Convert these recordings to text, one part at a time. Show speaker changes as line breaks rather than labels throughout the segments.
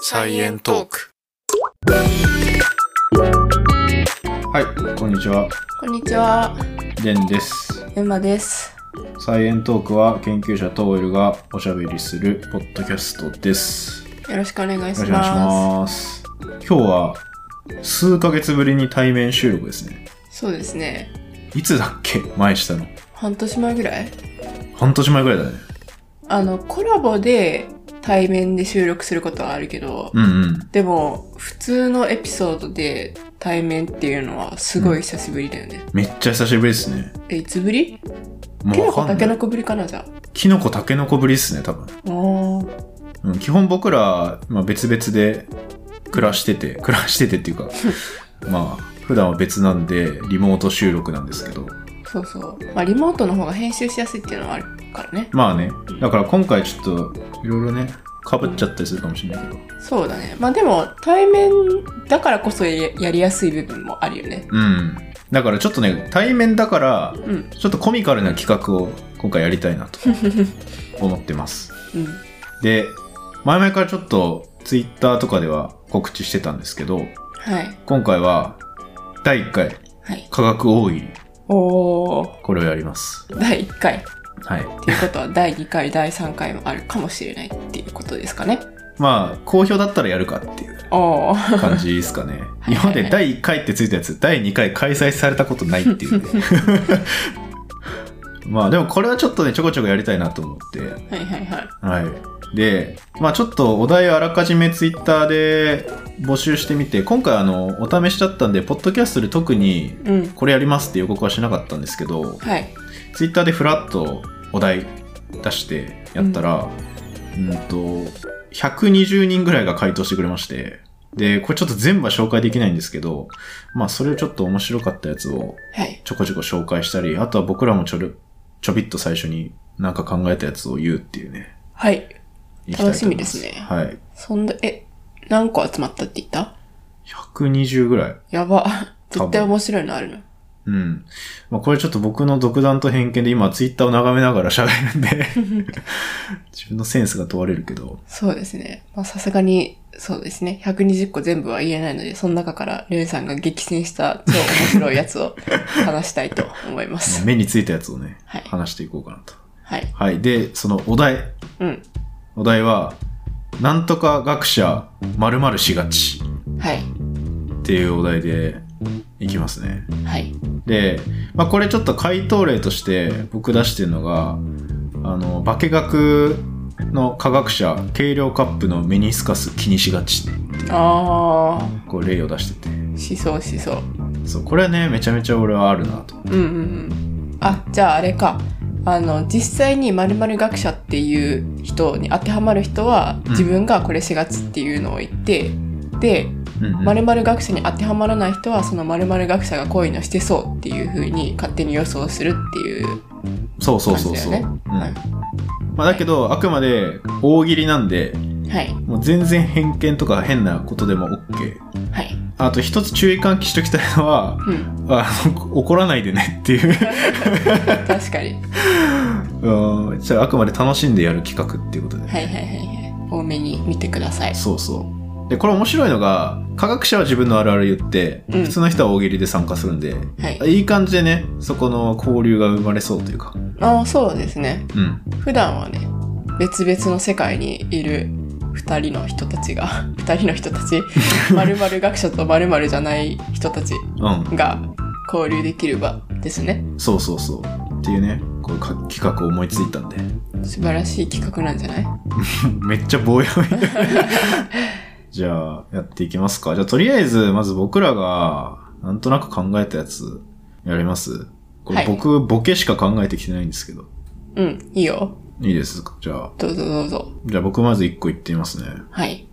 サイエントーク。
はい、こんにちは。
こんにちは、
レンです。
エマです。
サイエントークは研究者トーエルがおしゃべりするポッドキャストです。よ
よろしくお願い
ろ
し
しくお願いし
ま
ます。今日は数ヶ月ぶりに対面収録ですね。
す。そうですね。
いつだっけ前したの。
半年前ぐらい
半年前ぐらいだね。
あの、コラボで対面で収録することはあるけど、
うんうん。
でも、普通のエピソードで対面っていうのはすごい久しぶりだよね。
めっちゃ久しぶりですね。
え、いつぶりキ
もう
ノ
わ
コ
か
タ
ん
ケ
な
ノ
い。
コぶりかなじゃ
キノコタケノコぶりですね、多分。
あ。おー。
うん、基本僕ら、まあ、別々で暮らしてて、暮らしててってい うか、まあ、普段は別なんで、リモート収録なんですけど、
そうそう。まあ、リモートの方が編集しやすいっていうのはあるからね。
まあね、だから今回ちょっといろいろね、かぶっちゃったりするかもしれないけど。
そうだね。まあでも、対面だからこそややりやすい部分もあるよね。
うん。だからちょっとね、対面だから、
うん。
ちょっとコミカルな企画を今回やりたいなと思ってます。
うん。
で、前々からちょっとツイッターとかでは告知してたんですけど、
はい。
今回は第1回
はい。
科学大喜利、
おー。
これをやります。
第1回。
はい。
っていうことは、第2回、第3回もあるかもしれないっていうことですかね。
まあ、好評だったらやるかっていう
おー。
感じですかね。
はいはいはい
今まで第1回ってついたやつ、第2回開催されたことないっていう ね。まあでもこれはちょっとね、ちょこちょこやりたいなと思って。
はいはいはい。
はい。で、まあちょっとお題をあらかじめツイッターで募集してみて、今回あの、お試しだったんで、ポッドキャストで特に
うん。
これやりますって予告はしなかったんですけど、
はい。
ツイッターでフラッとお題出してやったら、うん、と、120人ぐらいが回答してくれまして、で、これちょっと全部は紹介できないんですけど、まあそれをちょっと面白かったやつを
はい。
ちょこちょこ紹介したり、あとは僕らもちょるちょびっと最初になんか考えたやつを言うっていうね。
はい。
行きたいと思いま
楽しみですね
はい。
そんな、え、何個集まったって言った
120ぐらい。
やば。
多分
絶対面白いのあるの。
うん。まあ、これちょっと僕の独断と偏見で今ツイッターを眺めながら喋るん で、自分のセンスが問われるけど、
そうですね。まあさすがに、そうですね。120個全部は言えないので、その中からレンさんが激戦した超面白いやつ を話したいと思いま
まあ
す。
目についたやつをね、
はい
話していこうかなと。
はい。
はい。で、そのお題。
うん。
お題は、なんとか学者〇〇しがち
はい。
っていうお題でいきますね。
はい。
で、まあ、これちょっと回答例として僕出してるのが、あの、化学の科学者、軽量カップのメニスカス気にしがち。
あー、
こう例を出してて。
思想思想。
そう、これはね、めちゃめちゃ俺はあるなと。
うんうんうん。あ、じゃああれか。あの、実際に〇〇学者っていう人に当てはまる人は、
ん
自分がこれしがちっていうのを言って、で、
うん、うん。
〇〇学者に当てはまらない人はその〇〇学者がこういうのしてそうっていう風に勝手に予想するっていう
そうそうそうそ
感じ
う。
だよ
う
ね
んまあ、だけど、あくまで大喜利なんで、
はい
もう全然偏見とか変なことでも OK。
はい
あと一つ注意喚起しておきたいのは、
うん
あの、怒らないでねっていう、
確かに
うん、じゃああくまで楽しんでやる企画っていうことで。
はいはいはいはい多めに見てください
そうそう。で、これ面白いのが、科学者は自分のあるある言って、
うん
普通の人は大喜利で参加するんで、
はい
いい感じでね、そこの交流が生まれそうというか、
ああそうですね
うん。
普段はね別々の世界にいる2人の人たちが2 人の人た ち〇〇学者と〇〇じゃない人たち
う
が交流できる場ですね
ん。そうそうそう。っていうね、こういうか企画を思いついたんで、
素晴らしい企画なんじゃない
めっちゃ棒 読み。じゃあ、やっていきますか。じゃあ、とりあえず、まず僕らが、なんとなく考えたやつ、やります。こ
は
れ
い
僕、ボケしか考えてきてないんですけど。
うんいいよ
いいですかじゃあ、
どうぞどうぞ
じゃあ僕まず一個言ってみますね。
はい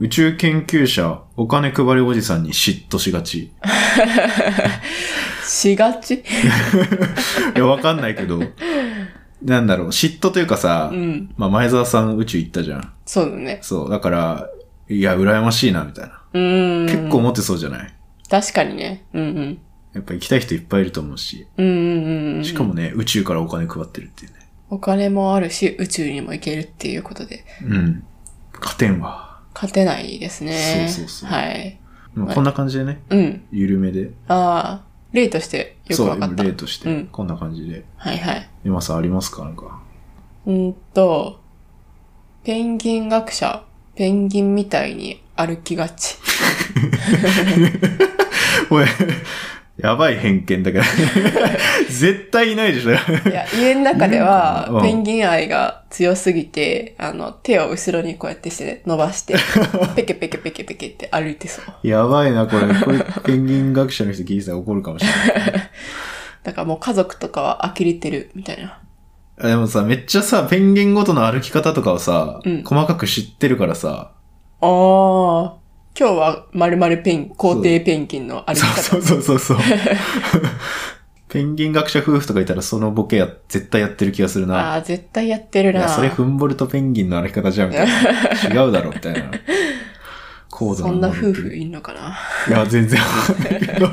宇宙研究者、お金配りおじさんに嫉妬しがち。
しがち
いや、わかんない けど、なんだろう、嫉妬というかさ、
うん。
まあ、前澤さん宇宙行ったじゃん。
そうだね。
そう、だから、いや、羨ましいな、みたいな。
うーん。
結構。思ってそうじゃない
確かにね。うんうん。
やっぱ行きたい人いっぱいいると思うし。
うんうんうんうん。
しかもね、宇宙からお金配ってるっていうね。
おお金もあるし、宇宙にも行けるっていうことで、
うん。加点は。
勝てないですね。
そうそうそう
はい。
ま
は
あ
い
こんな感じでね、
うん。
緩めで。
ああ、例としてよく
そ
わ
う、
かった。
例とし
う
て
ん、
こんな感じで。
はいはい。
今さんありますかなんか。
うんと、ペンギン学者、ペンギンみたいに歩きが ち。
これ、 やばい偏見だけど。 絶対いないでしょ。
いや、家の中では
うん、
ペンギン愛が強すぎて、あの、手を後ろにこうやってして、伸ば して、ペケペケペケペケって歩いてそう。
やばいな、これ。これ、ペンギン学者の人聞いてたら怒るかもしれない。
だからもう家族とかは呆れてる、みたいな。
あでもさ、めっちゃさ、ペンギンごとの歩き方とかをさ、
うん
細かく知ってるからさ、
ああ、今日は〇〇ペン、皇帝ペンギンの歩き方。
そうそうそうそうそう。 ペンギン学者夫婦とかいたらそのボケや、絶対やってる気がする
あ
な。
あ、絶対やってる
いや、
な。
それフンボルトペンギンの歩き方じゃん、みたい な。違うだろ、みたいな。高度
そんな
もの
夫
っていう
婦いんのかな。
いや、全然わかんないけど。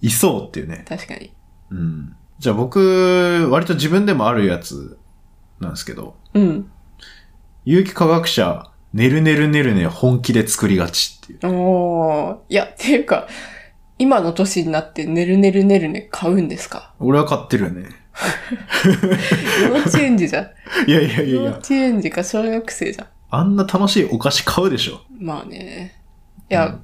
いそうっていうね。
確かに。
うん。じゃあ僕、割と自分でもあるやつなんですけど、
うん。
有機化学者、ねるねるねるね本気で作りがちっていう。
おー。いや、っていうか、今の年になってねるねるねるね買うんですか
俺は買ってるよね。
幼稚園児じゃん。
いやい やいや
幼
いや、
稚園児か小学生じゃん。
あんな楽しいお菓子買うでしょ。
まあね。いや、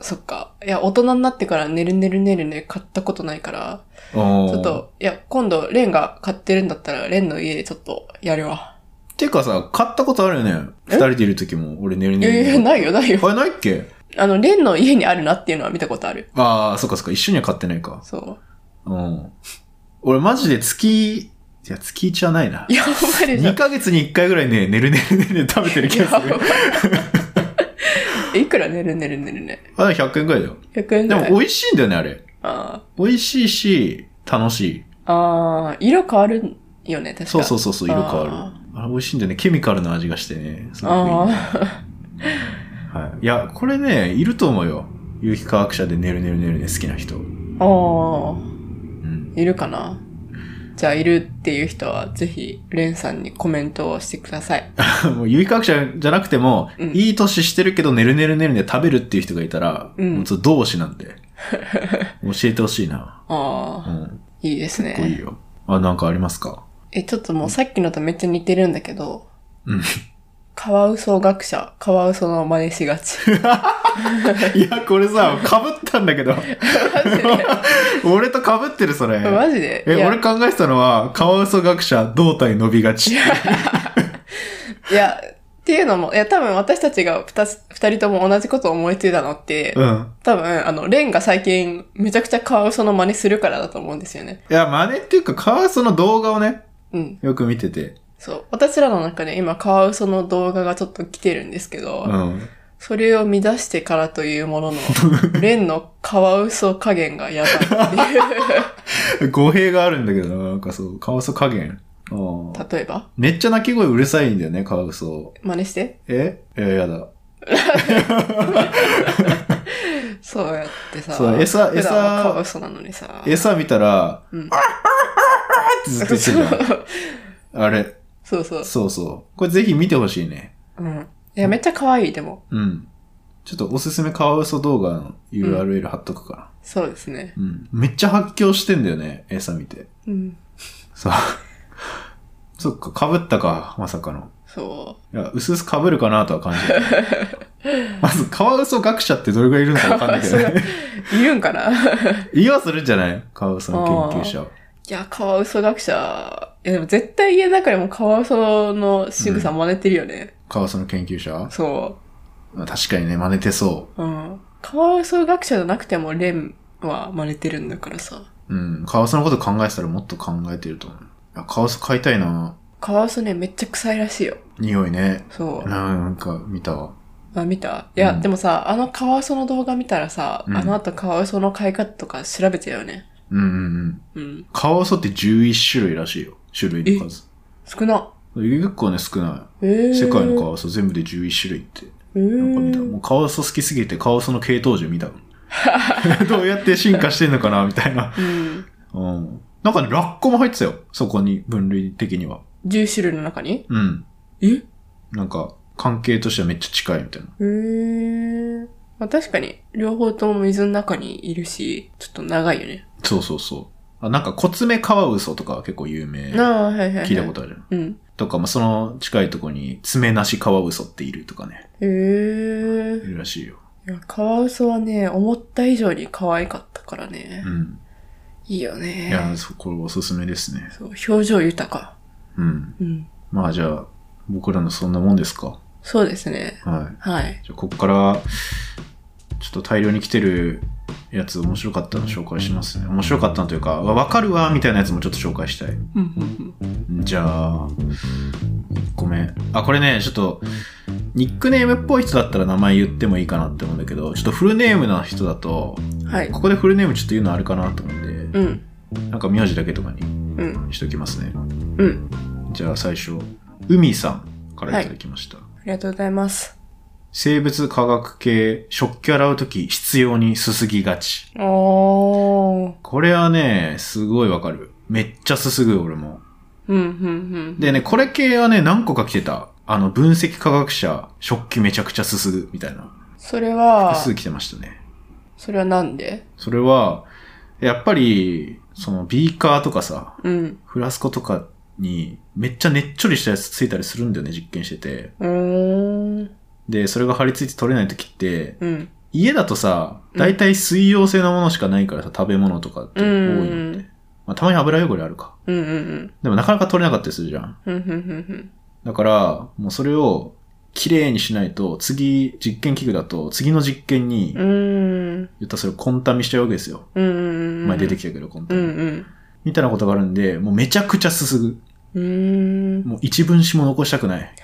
そっか。いや、大人になってからねるねるねるね買ったことないから、
ちょ
ちょっ。と、いや、今度、レンが買ってるんだったら、レンの家でちょっとやるわ。
ていうかさ、買ったことあるよね。二
え
人でいる時も、俺ねる
い
ね
や
る
い
ね
や、
るね。
ないよ、ないよ。
あれないっけ
あの、レンの家にあるなっていうのは見たことある。
ああ、そっかそっか、一緒には買ってないか。
そう。
うん。俺マジで月、いや月一はないな。
やばいじゃ
2
ん。
ヶ月に1回ぐらいね、ねるねるねるね食べてる気がする。
え いくら寝る寝る寝るね。
あ、100円ぐらいだよ。
100円ぐ
で
らい。
も美味しいんだよね、あれ。
あ
美味しいし、楽しい。
ーあー、色変わるよね、確か
そうそうそうそう、色変わる。
あ
あれ美味しいんだよね。ケミカルな味がしてね。すごくいいね
あ
はい。いや、これね、いると思うよ。有機化学者で寝る寝る寝るね好きな人。う
ー、あ
ん。
ーいるかなじゃあ、いるっていう人は、ぜひ、レンさんにコメントをしてください。
もう有機化学者じゃなくても、
うん
いい年してるけど寝る寝る寝るね食べるっていう人がいたら、
うん
もうちょっと同志なんで。 教えてほしいな。う
ああ、
ん。
いいです
こういい
ね。
よ。あ、なんかありますか
え、ちょっともうさっきのとめっちゃ似てるんだけど、
うん。
カワウソ学者、カワウソの真似しがち。
いや、これさ、被ったんだけど。俺と被ってる、それ。
マジで
え、
いや
俺考えてたのは、カワウソ学者、胴体伸びがち。
いや、っていうのも、いや、多分私たちが二つ、二人とも同じことを思いついたのって、
うん。
多分、あの、レンが最近、めちゃくちゃカワウソの真似するからだと思うんですよね。
いや、真似っていうか、カワウソの動画をね、
うん。
よく見てて。
そう。私らの中で今、カワウソの動画がちょっと来てるんですけど、
うん。
それを乱してからというもの の、レンのカワウソ加減がやばいっていう。
語弊があるんだけどな、なんかそう、カワウソ加減。うん
例えば
めっちゃ鳴き声うるさいんだよね、カワウソ。
真似して。
えいや、やだ。
そうやってさ、
そう餌
普段は
餌
カワウソなのにさ、
餌見たら、
うん
あっあっあっあっってずっと言ってるじゃんあれ、
そうそう。
そうそう。これぜひ見てほしいね。
うん。いや、めっちゃ可愛い、でも。
うん。ちょっとおすすめカワウソ動画の URL 貼っとくか
そうですね。
な。うん。めっちゃ発狂してんだよね、餌見て。
うん。
そう。 そっか、被ったか、まさかの。
そ
いや、うすうす被るかなとは感じた。 まず、カワウソ学者ってどれぐらいいるのかわかんないけど
カワウ
ね。
う。いるんかない
言 いはするんじゃないカワウソの研究者は。
や、カワウソ学者。いや、でも絶対家の中でもカワウソの仕草真似てるよね。
カワウソの研究者は
そ。
まあ確かにね、真似てそう
うん。カワウソ学者じゃなくても、レンは真似てるんだからさ。
う。うん。カワウソのこと考えてたらもっと考えてると思う。いやカワウソ飼いたいな。
カワウソね、めっちゃ臭いらしいよ。
匂いね。
そう。
なんか、見たわ。
あ、見たいや、
うん
でもさ、あのカワウソの動画見たらさ、
うん
あの後カワウソの飼い方とか調べちゃうよね。
うんうんう
う
ん。
ん。
カワウソって11種類らしいよ。種類の数。
少な。
結構ね、少な
え
い。
ー、
世界のカワウソ全部で11種類って。
えー
なんか見た。もうカワウソ好きすぎてカワウソの 系統樹見た。どうやって進化してんのかなみたいな。
うん。
うん。なんかね、ラッコも入ってたよ。そこに、分類的には。
10種類の中に
うん。
えへ
なんか、関係としてはめっちゃ近いみたいな。
ー。まあ確かに、両方とも水の中にいるし、ちょっと長いよね。
そうそうそう。あなんか、コツメカワウソとかは結構有名。
ああ、はいはい、はい。
聞いたことあるじゃん。
と。うん。
とか、まあ、その近いとこに、爪なしカワウソっているとかね。
へ
い
ー。
るらしいよ。
いや、カワウソはね、思った以上に可愛かったからね。
うん。
いいよね。
いや、そうこれおすすめですね。
そう、表情豊か。
うん。
うん。
まあ、じゃあ、僕らのそんなもんですか。
そうですね。
はい。
はい。
じゃあ、こっから、ちょっと大量に来てるやつ、面白かったの紹介しますね。面白かったのというか、わわかるわ、みたいなやつもちょっと紹介したい。
うん、
じゃあ、ごめん。あ、これね、ちょっと、ニックネームっぽい人だったら名前言ってもいいかなって思うんだけど、ちょっとフルネームな人だと、
うん。はい。
ここでフルネームちょっと言うのあるかなと思うんで、
うん。
なんか名字だけとかに
うん。
しときますね。
うん。
じゃあ最初、海さんからいただきました。
ありがとうございます。
生物科学系、食器洗うとき必要にすすぎがち。
おー。
これはね、すごいわかる。めっちゃすすぐ俺も。
うん、うん、
でね、これ系はね、何個か来てた。あの、分析科学者、食器めちゃくちゃすすぐ、みたいな。
うん。それは
複、数来てましたね。
それはなんで
それは、やっぱり、その、ビーカーとかさ、
うん。
フラスコとかに、めっちゃねっちょりしたやつついたりするんだよね、実験してて。
うーん。
で、それが張り付いて取れない時って、
うん。
家だとさ、だいたい水溶性のものしかないからさ、食べ物とかって多いのって。
うん
まあ、たまに油汚れあるか。
うん、うん、
でもなかなか取れなかったりするじゃん。
うん。うん、うん、
だから、もうそれを綺麗にしないと、次、実験器具だと、次の実験に、
うん。うん。う
言ったらそれをコンタミしちゃうわけですよ。
ーん。うん。
前出て
き
きたけど、コンタ
う
ミ。
ん、うん。
みたいなことがあるんで、もうめちゃくちゃすすぐ。
うーん。
もう一分子も残したくない。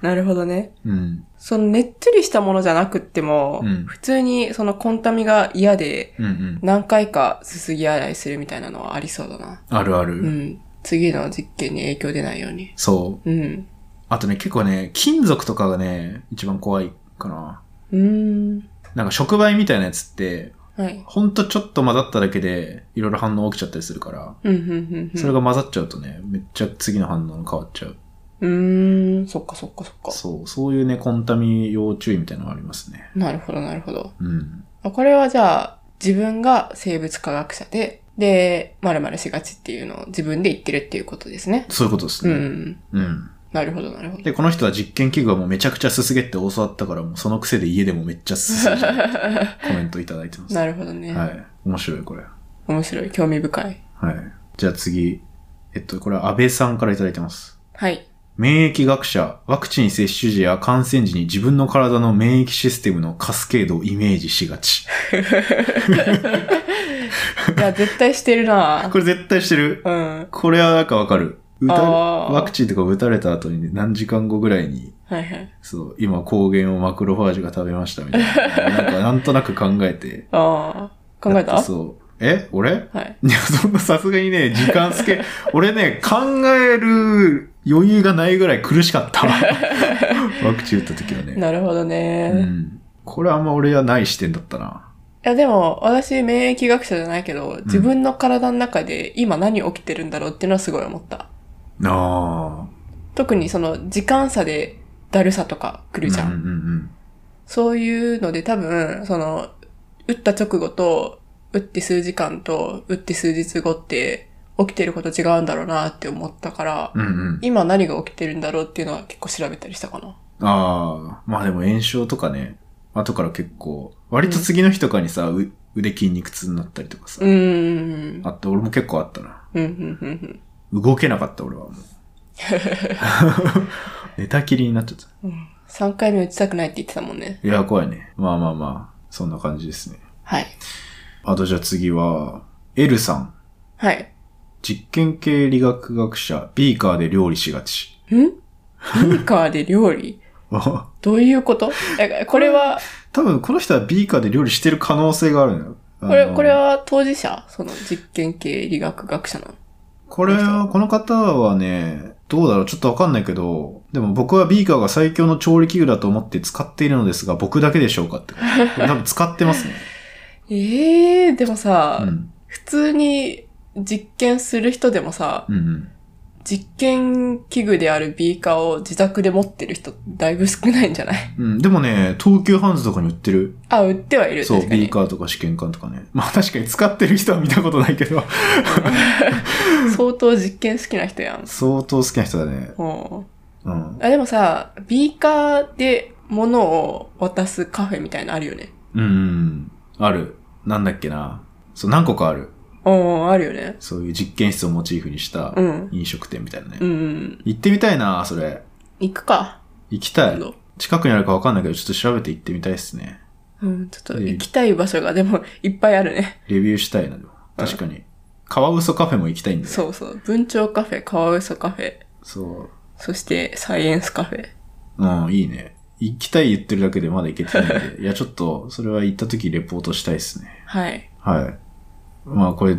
なるほどね。
うん。
そのねっちりしたものじゃなくっても、
うん
普通にそのコンタミが嫌で
うんうん。
何回かすすぎ洗いするみたいなのはありそうだな。
あるある。
うん。次の実験に影響出ないように。
そう。
うん。
あとね、結構ね、金属とかがね、一番怖いかな。
うーん。
なんか触媒みたいなやつって、
はい。
ほんとちょっと混ざっただけで、いろいろ反応起きちゃったりするから、
うん、うん、うん。うん
それが混ざっちゃうとね、めっちゃ次の反応が変わっちゃう。
うーん。そっかそっかそっか。
そう、そういうね、コンタミ要注意みたいなのがありますね。
なるほど、なるほど。
うん。
あこれはじゃあ、自分が生物科学者で、で、〇〇しがちっていうのを自分で言ってるっていうことですね。
そういうことです
う
ね。
ん。
うん。
なるほど、なるほど。
で、この人は実験器具はもうめちゃくちゃすすげって教わったから、もうその癖で家でもめっちゃすすげ コメントいただいてま す。
なるほどね。
はい。面白い、これ。
面白い。興味深い。
はい。じゃあ次。えっと、これは安倍さんからいただいてます。
はい。
免疫学者、ワクチン接種時や感染時に自分の体の免疫システムのカスケードをイメージしがち。
いや、絶対してるな
これ絶対してる。
うん。
これはなんかわかる。打た
あー
ワクチンとか打たれた後に何時間後ぐらいに
はいはい。
そう、今抗原をマクロファージが食べましたみたいな。なんかなんとなく考えて。
ああ、考え
や
た
ってそう。え俺
はい。
いや、そんなさすがにね、時間つけ、俺ね、考える余裕がないぐらい苦しか ったわ。ワクチン打った時はね。
なるほどね。
う
い
ん。これあんま俺はない視点だったな。
や、でも、私、免疫学者じゃないけど、自分の体の中で今何起きてるんだろうっていうのはすごい思った。
あ
特にその、時間差でだるさとか来
あ。
るじゃん。
うんうんうん。
そういうので多分、その、打った直後と、打って数時間と、打って数日後って、起きてること違うんだろうなって思ったから、
うんうん。
今何が起きてるんだろうっていうのは結構調べたりしたかな。
ああ。まあでも炎症とかね、後から結構、割と次の日とかにさ、う腕筋肉痛になったりとかさ、
うーん。
あって俺も結構あったな。
うん、うん、うんうん。
動けなかった 俺はもう。寝たきりになっちゃった。
3回目打ちたくないって言ってたもんね。
いや、怖いね。まあまあまあ、そんな感じですね。
はい。
あとじゃあ次は、L さん。
はい。
実験系理学学者、ビーカーで料理しがち。
んビーカーで料理
多
どういうことえこれは、
分この人はビーカーで料理してる可能性があるのよ。あの
これ、これ。は当事者その実験系理学学者なの。
これは、この方はね、どうだろうちょっとわかんないけど、でも僕はビーカーが最強の調理器具だと思って使っているのですが、僕だけでしょう かってこと。これ多分使ってますね。
ええー、でも
う
さ、
ん。
普通に実験する人でもさ、
うんうん。
実験器具であるビーカーを自宅で持ってる人、だいぶ少ないんじゃない
うん、でもね、東急ハンズとかに売ってる。
あ、売ってはいる。
そう、
確かに
ビーカーとか試験管とかね。まあ確かに使ってる人は見たことないけ ど、
相当実験好きな人やん。
相当好きな人だね。
うん。
うん。
あ、でもさ、ビーカーで物を渡すカフェみたいなのあるよね。
うんうん、ある。なんだっけな。そう、何個かある。
うん、あるよね。
そういう実験室をモチーフにした
うん。
飲食店みたいなね。
うんうん。
行ってみたいな、それ。
行くか。
行きた
今
い。
度
近くにあるかわかんないけど、ちょっと調べて行ってみたいですね。
うん、ちょっと行きたい場所がでも いっぱいあるね。
レビューしたいな、でも。確かに。カワウソカフェも行きたいんだよ。
そうそう。文鳥カフェ、カワウソカフェ、
そう。
そしてサイエンスカフェ。
うん、いいね。行きたい言ってるだけでまだ行けてないんで。いや、ちょっと、それは行った時レポートしたいですね。
はい。
はい。まあ、これ、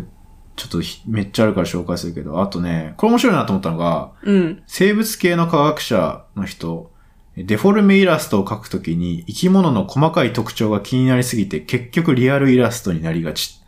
ちょっとひめっちゃあるから紹介するけど、あとね、これ面白いなと思ったのが、
うん。
生物系の科学者の人、デフォルメイラストを描くときに生き物の細かい特徴が気になりすぎて結局リアルイラストになりがち。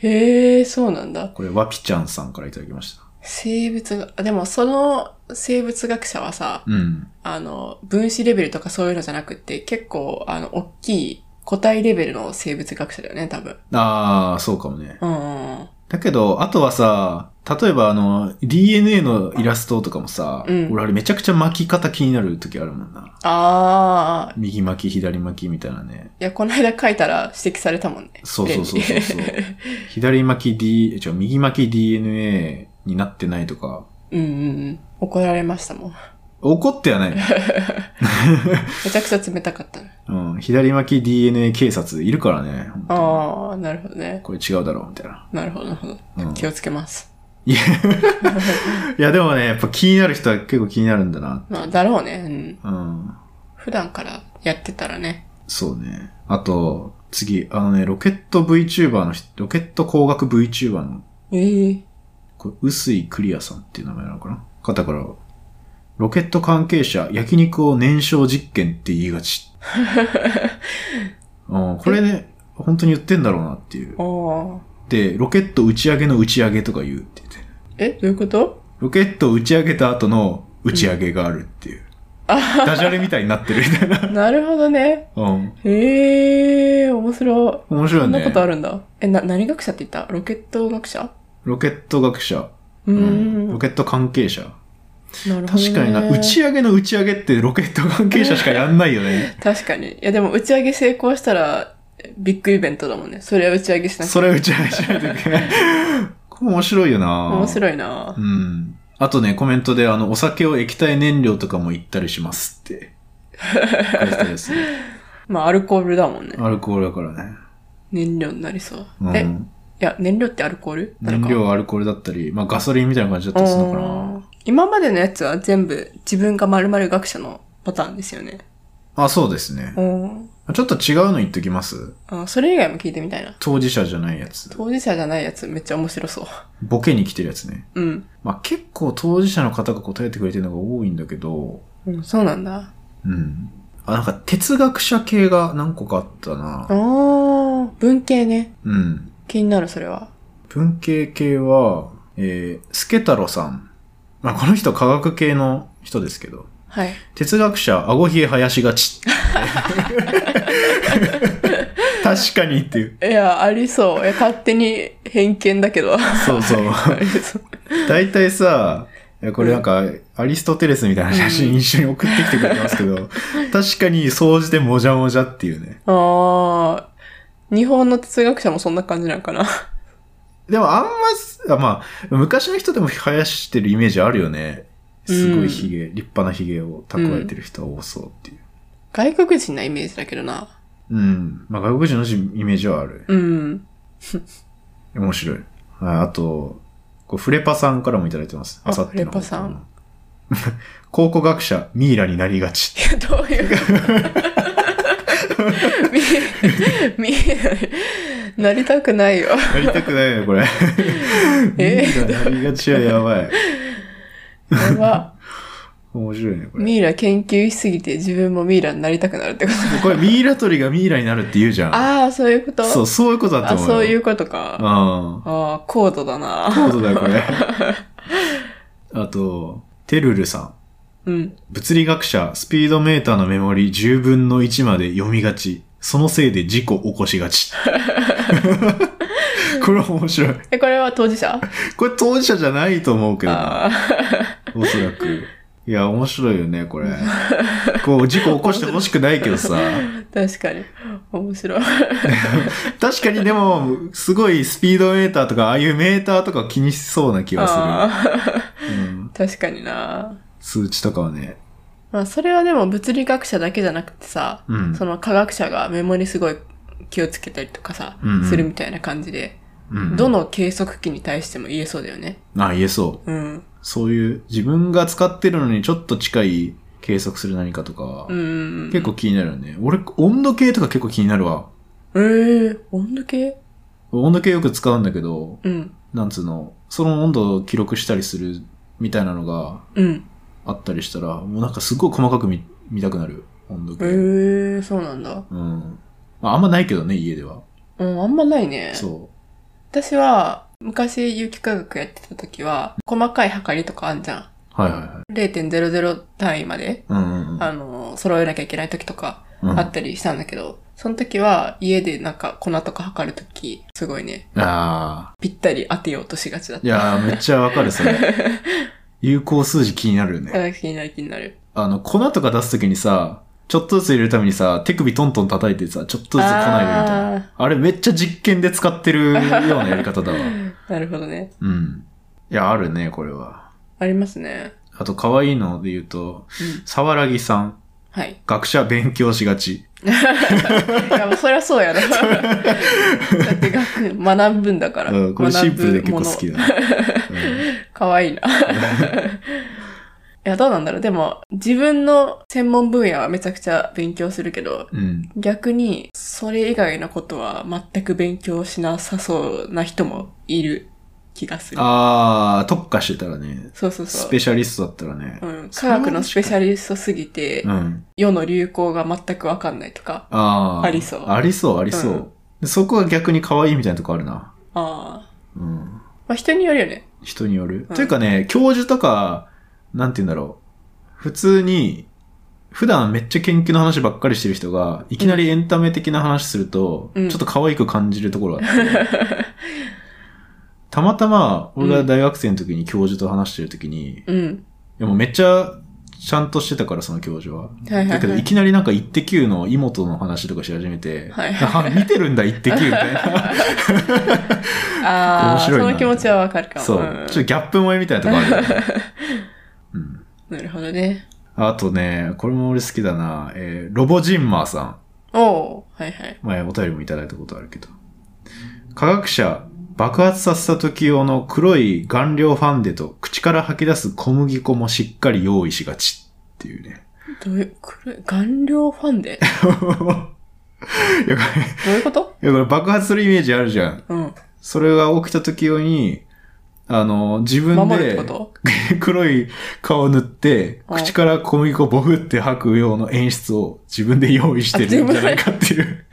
へえ、そうなんだ。
これワピちゃんさんからいただきました。
生物が、あでもその生物学者はさ、
うん。
あの、分子レベルとかそういうのじゃなくって、結構、あの、大きい個体レベルの生物学者だよね、多分。
ああ、そうかもね。
うんうん
だけど、あとはさ、例えばあの、DNA のイラストとかもさ、
うん
俺あれめちゃくちゃ巻き方気になる時あるもんな。
ああ、
右巻き、左巻きみたいなね。
いや、この間書いたら指摘されたもんね。
そうそうそうそ うそう
例に
左巻き D、違う、右巻き DNA になってないとか、
うんうんうん。怒られましたもん。
怒ってはない。
めちゃくちゃ冷たかったの。
うん、左巻き DNA 警察いるからね。本当に
ああ、なるほどね。
これ違うだろう、みたいな。
なるほど、なるほど。
うん、
気をつけます。
いやいや、でもね、やっぱ気になる人は結構気になるんだな。
まあ、だろうね。うん。
うん、
普段からやってたらね。
そうね。あと、次、あのね、ロケット VTuber の人、ロケット工学 VTuber の、
ええ
これ、薄井クリアさんっていう名前なのかな方から、ロケット関係者、焼肉を燃焼実験って言い がち。うん、これね、本当に言ってんだろうなっていう。
ああ。
で、ロケット打ち上げの打ち上げとか言うって言って。
え、どういうこと
ロケットを打ち上げた後の打ち上げがあるっていう。ダジャレみたいになってるみたいな。
なるほどね。
うん。
ええ面白い。
面白
そ
い
んな
ね
こ。とあるんだ。え、な、何学者って言ったロケット学者
ロケット学者、
うー。
うんロケット関係者。
なるほど、ね。
確かにな、打ち上げの打ち上げってロケット関係者しかやんない よね。
確かに。いや、でも打ち上げ成功したら、ビッグイベントだもんね。それは打ち上げしなきゃ。
それ打ち上げしないといけない。 これ面白いよな
面
い。
白いな
う、ん。あとね、コメントで、あの、お酒を液体燃料とかも言ったりしますって。書いてたです ね。
まあ、アルコールだもんね。
アルコールだからね。
燃料になりそう。
うん、
え、いや、燃料ってアルコールなの
燃
か
料はアルコールだったり、まあガソリンみたいな感じだったりするのか
うん今までのやつは全部自分が〇〇学者のパターンですよね。
なあ、そうですね。
うん。
ちょっと違うの言っときます
あそれ以外も聞いてみたいな。
当事者じゃないやつ。
当事者じゃないやつめっちゃ面白そう。
ボケに来てるやつね。
うん。
まあ結構当事者の方が答えてくれてるのが多いんだけど、
うん、そうなんだ。
うん。あ、なんか哲学者系が何個かあった
あ
な。
ー、文系ね。
うん。
気になる、それは。
文系系は、えー、スケ太郎さん。まあこの人科学系の人ですけど、
はい。
哲学者、顎ひげ生やしがち。確かにっていう。
いや、ありそう。いや、勝手に偏見だけど。あ
そうそう。
りそう。
大体さ、いやこれなんか、アリストテレスみたいな写真一緒に送ってきてくれてますけど、確かに総じてもじゃもじゃっていうね。
あー、日本の哲学者もそんな感じなんかな。
でもあんま、あまあ、昔の人でも生やしてるイメージあるよね。すごいヒゲ、立派なヒゲを蓄えてる人は多そうっていう。
外国人なイメージだけどな。
うん。まあ外国人のイメージはある。
うん。
面白い。はい、あと、こうフレパさんからもいただいてます。
あ
あさって
フ
の。
レパさん。
考古学者、ミイラになりがち。
いや、どういう こと見、見、なりたくないよ。
やりたくないよ、これ。
え
ミイラなりがちはやばい。
やば。
面白いね、こ れ。
ミイラ研究しすぎて自分もミイラになりたくなるってこと。
これミイラ取りがミイラになるって言うじゃん。
ああ、そういうこと
そう、そういうことだと
あ、
思う。。
そういううこと
うん。
か。
こ
ああ、高度だ
ういう
な。
ことだよ、これ。あと、てるるさん。
うん。
物理学者、スピードメーターのメモリ10分の1まで読みがち。そのせいで事故起こし がち。これ面白い。
え、これは当事者
これ当事者じゃないと思うけど
あ
な、
あ。
おそらく。いや、面白いよね、これ。こう、事故起こしてほしくないけどさ。
確かに。面白い。
確かにでも、すごいスピードメーターとか、ああいうメーターとか気にしそうな気が
あ
する。う
あ。
ん
確かにな。
数値とかはね。
まあ、それはでも物理学者だけじゃなくてさ、
うん
その科学者がメモにすごい気をつけたりとかさ、
うんうん
するみたいな感じで、
うん。
どの計測器に対しても言えそうだよね。
あ、言えそう。
うん。
そういう自分が使ってるのにちょっと近い計測する何かとかは、
うん。
結構。気になるよね。俺、温度計とか結構気になるわ。
ええ温度計
温度計よく使うんだけど、
うん。
なんつうの、その温度を記録したりするみたいなのが
うん。
あったりしたら、もうなんかすごい細かく見見たくなる。温度
え
計。
えそうなんだ。
うん。まあ、あんまないけどね、家では。
うん、あんまないね。
そ
私は、昔有機化学やってた時は、細かい測りとかあんじゃ
う。はいはいはい。
ん。0.00単位まで、
うんうんうん。
あの、揃えなきゃいけない時とか、
うん
あったりしたんだけど、その時は家でなんか粉とか測る時、すごいね、
あ
ぴったり当てようとしがちだっ
ー。
た。
いやー、めっちゃわかる、それ。有効数字気になるよね。
うん気になる気になる。
あの、粉とか出すときにさ、ちょっとずつ入れるためにさ、手首トントン叩いてさ、ちょっとずつ粉入れるみたいな。
あ
あれめっちゃ実験で使ってるようなやり方 だわ。
ーなるほどね。
うん。いや、あるね、これは。
ありますね。
あと、可愛いので言うと、
うん
さわらぎさん、
はい。
学者勉強しがち。
いや、もうそりゃそうや な。だって学学ぶんだから。
うん、これシンプルで結構好き
だ。
だ。うん
かわいいな。 いや、どうなんだろう。でも、自分の専門分野はめちゃくちゃ勉強するけど、
うん。
逆に、それ以外のことは全く勉強しなさそうな人もいる気がする。
あー、特化してたらね、
そうそうそ
ス
う
ペ。シャリストだったらね。
うん、科学のスペシャリストすぎて、
うん。
世の流行が全くわかんないとか。
あー。
ありそう
ありそう、ありそう。
うん
でそこは逆に可愛いみたいなとこあるな。
ああ。
うん。
まあ人によるよね。
人による。
うん
というかね、教授とか、なんて言うんだろう。普通に、普段めっちゃ研究の話ばっかりしてる人が、いきなりエンタメ的な話すると、
うん
ちょっと可愛く感じるところがあって。 たまたま、俺が大学生の時に教授と話してる時に、
うん。
でもめっちゃ、ちゃんとしてたから、その教授は。
はいは
だ
い
けど、
はいい。
きなりなんか、イッテ Q の妹の話とかし始めて、
はい
あ見てるんだ、イッテ Q みた いな。
あ
面
あ、
白
そ
いな
の気持ちはわかるかも。
そう。
ん
ちょっとギャップ萌えみたいなとこあるよね。うん。
なるほどね。
あとね、これも俺好きだな。えーロボジンマーさん。
おうはいはい。
前お便りもいただいたことあるけど。科学者、爆発させた時用の黒い顔料ファンデと口から吐き出す小麦粉もしっかり用意しがちっていうね。
どういう、くる、顔料ファンデ
いや、これ、い
どういうこと
やこれ爆発するイメージあるじゃん。
うん。
それが起きた時用に、あの、自分
守るっ
で
てこと
黒い顔を塗って、
うん
口から小麦粉をボフって吐く用の演出を自分で用意してるんじゃないかっていう。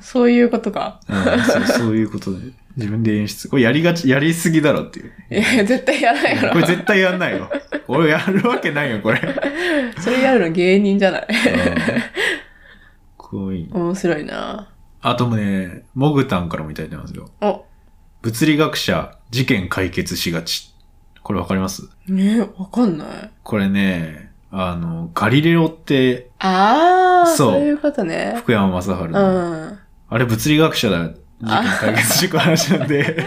そういうことか。
うんそうそういうことで。自分で演出。これやりがち、やりすぎだろっていう。
いや、絶対やらないや
こ
ろ
れ。絶対やんないよ。俺やるわけないよ、これ。うん
それやるの芸人じゃない。
こういい。
面白いな
あともね、モグタンからもいただいてますよ。
お、
物理学者、事件解決しがち。これわかります
ねわかんない。
これね、あの、ガリレオって、
あー、
そう
そういうことね。
福山雅治
う
の、
ん。
あれ物理学者だ。事件解決してく話な んで。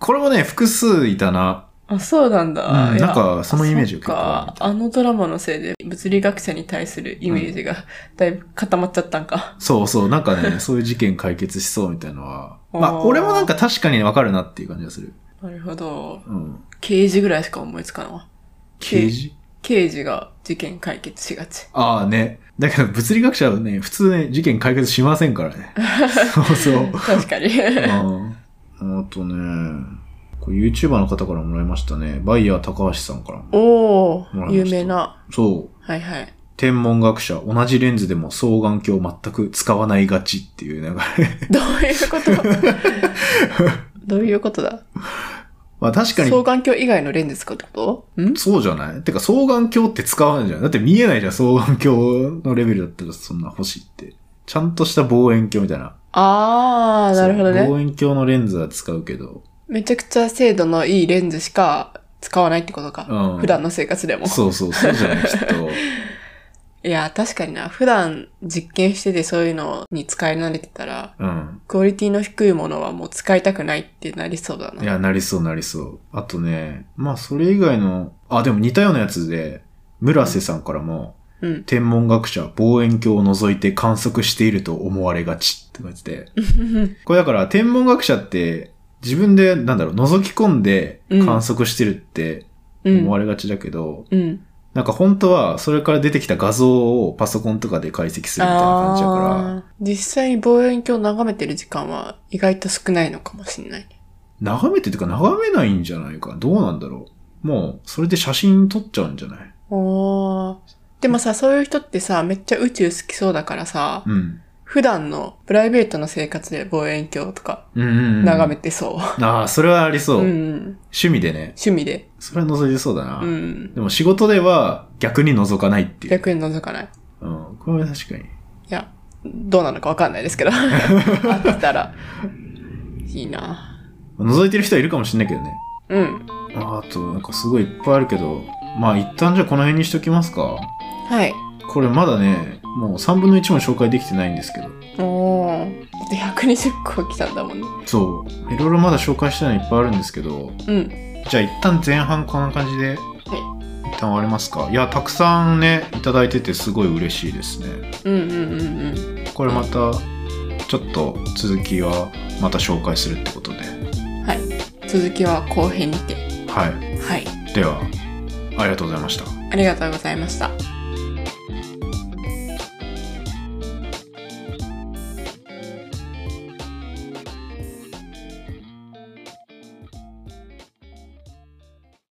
これもね、複数いたな。
あ、そうなんだ。
うん
いや
なんかそのイメージが結構
そっ
ある
かあのドラマのせいで物理学者に対するイメージがだいぶ固まっちゃったんか。
そうそう、なんか ね、そういう事件解決しそうみたいなのは。まあ、
おー
俺もなんか確かにわかるなっていう感じがする。
なるほど。
うん。
刑事ぐらいしか思いつかないわ。
刑事
刑事が事件解決しが ち。
ああね。だけど物理学者はね、普通ね、事件解決しませんから ね。そうそう。
確かに。
うん。あとね、これ YouTuber の方からもらいましたね。バイヤー高橋さんからも。
お
もら
ー、
いました
有名な。
そう。
はいはい。
天文学者、同じレンズでも双眼鏡を全く使わないがちっていう、なんか、
どういうことどういうことだ
まあ確かに、
双眼鏡以外のレンズ使うってことん
そうじゃないてか双眼鏡って使わないじゃん。だって見えないじゃん、双眼鏡のレベルだったらそんな欲しいって。ちゃんとした望遠鏡みたいな。
あー、なるほど
そう
ね。
望遠鏡のレンズは使うけど。
めちゃくちゃ精度のいいレンズしか使わないってことか。
うん。
普段の生活でも。
そうそう、そうじゃない、 きっと。
いや、確かにな。普段実験しててそういうのに使い慣れてたら、
うん。
クオリティの低いものはもう使いたくないってなりそうだ
い
な。
や、なりそう、なりそう。あとね、まあそれ以外の、あ、でも似たようなやつで、村瀬さんからも、
うん。
天文学者、望遠鏡を除いて観測していると思われがちって書いてて。これだから天文学者って自分でなんだろう覗き込んで観測してるって
う
思わ
ん。
れがちだけど、
うん。
なんか本当はそれから出てきた画像をパソコンとかで解析するみたいな感じだから
あー実際に望遠鏡を眺めてる時間は意外と少ないのかもしれないね。
眺めてというか眺めないんじゃないかどうなんだろうもうそれで写真撮っちゃうんじゃない
おーでもさ、そういう人ってさ、めっちゃ宇宙好きそうだからさ、
うん。
普段のプライベートの生活で望遠鏡とか
うんうん、うん。
眺めてそ
ああ、それはあり
う。
そう。
うん、
趣味でね。
趣味で。
それは覗いてそうだな。
うん。
でも仕事では逆に覗かないっていう。
逆に覗かない。
うん。これは確かに。
いや、どうなのかわかんないですけ ど。あったら、いいな。
覗いてる人はいるかもしれないけどね。
うん。
あと、なんかすごいいっぱいあるけど、まあ一旦じゃあこの辺にしときますか。
はい。
これまだね、もう3分の1も紹介できてないんですけど。
おー。だって120個来たんだもんね。
そう。いろいろまだ紹介してないのいっぱいあるんですけど、
うん。
じゃあ一旦前半こんな感じで、一旦終わりますか。いや、たくさんね、いただいててすごい嬉しいですね。
うんうんうん
これまた、ちょっと続きはまた紹介するってことで。
うん。はい。続きは後編にて。
はい。
はい。
では、ありがとうございました。
ありがとうございました。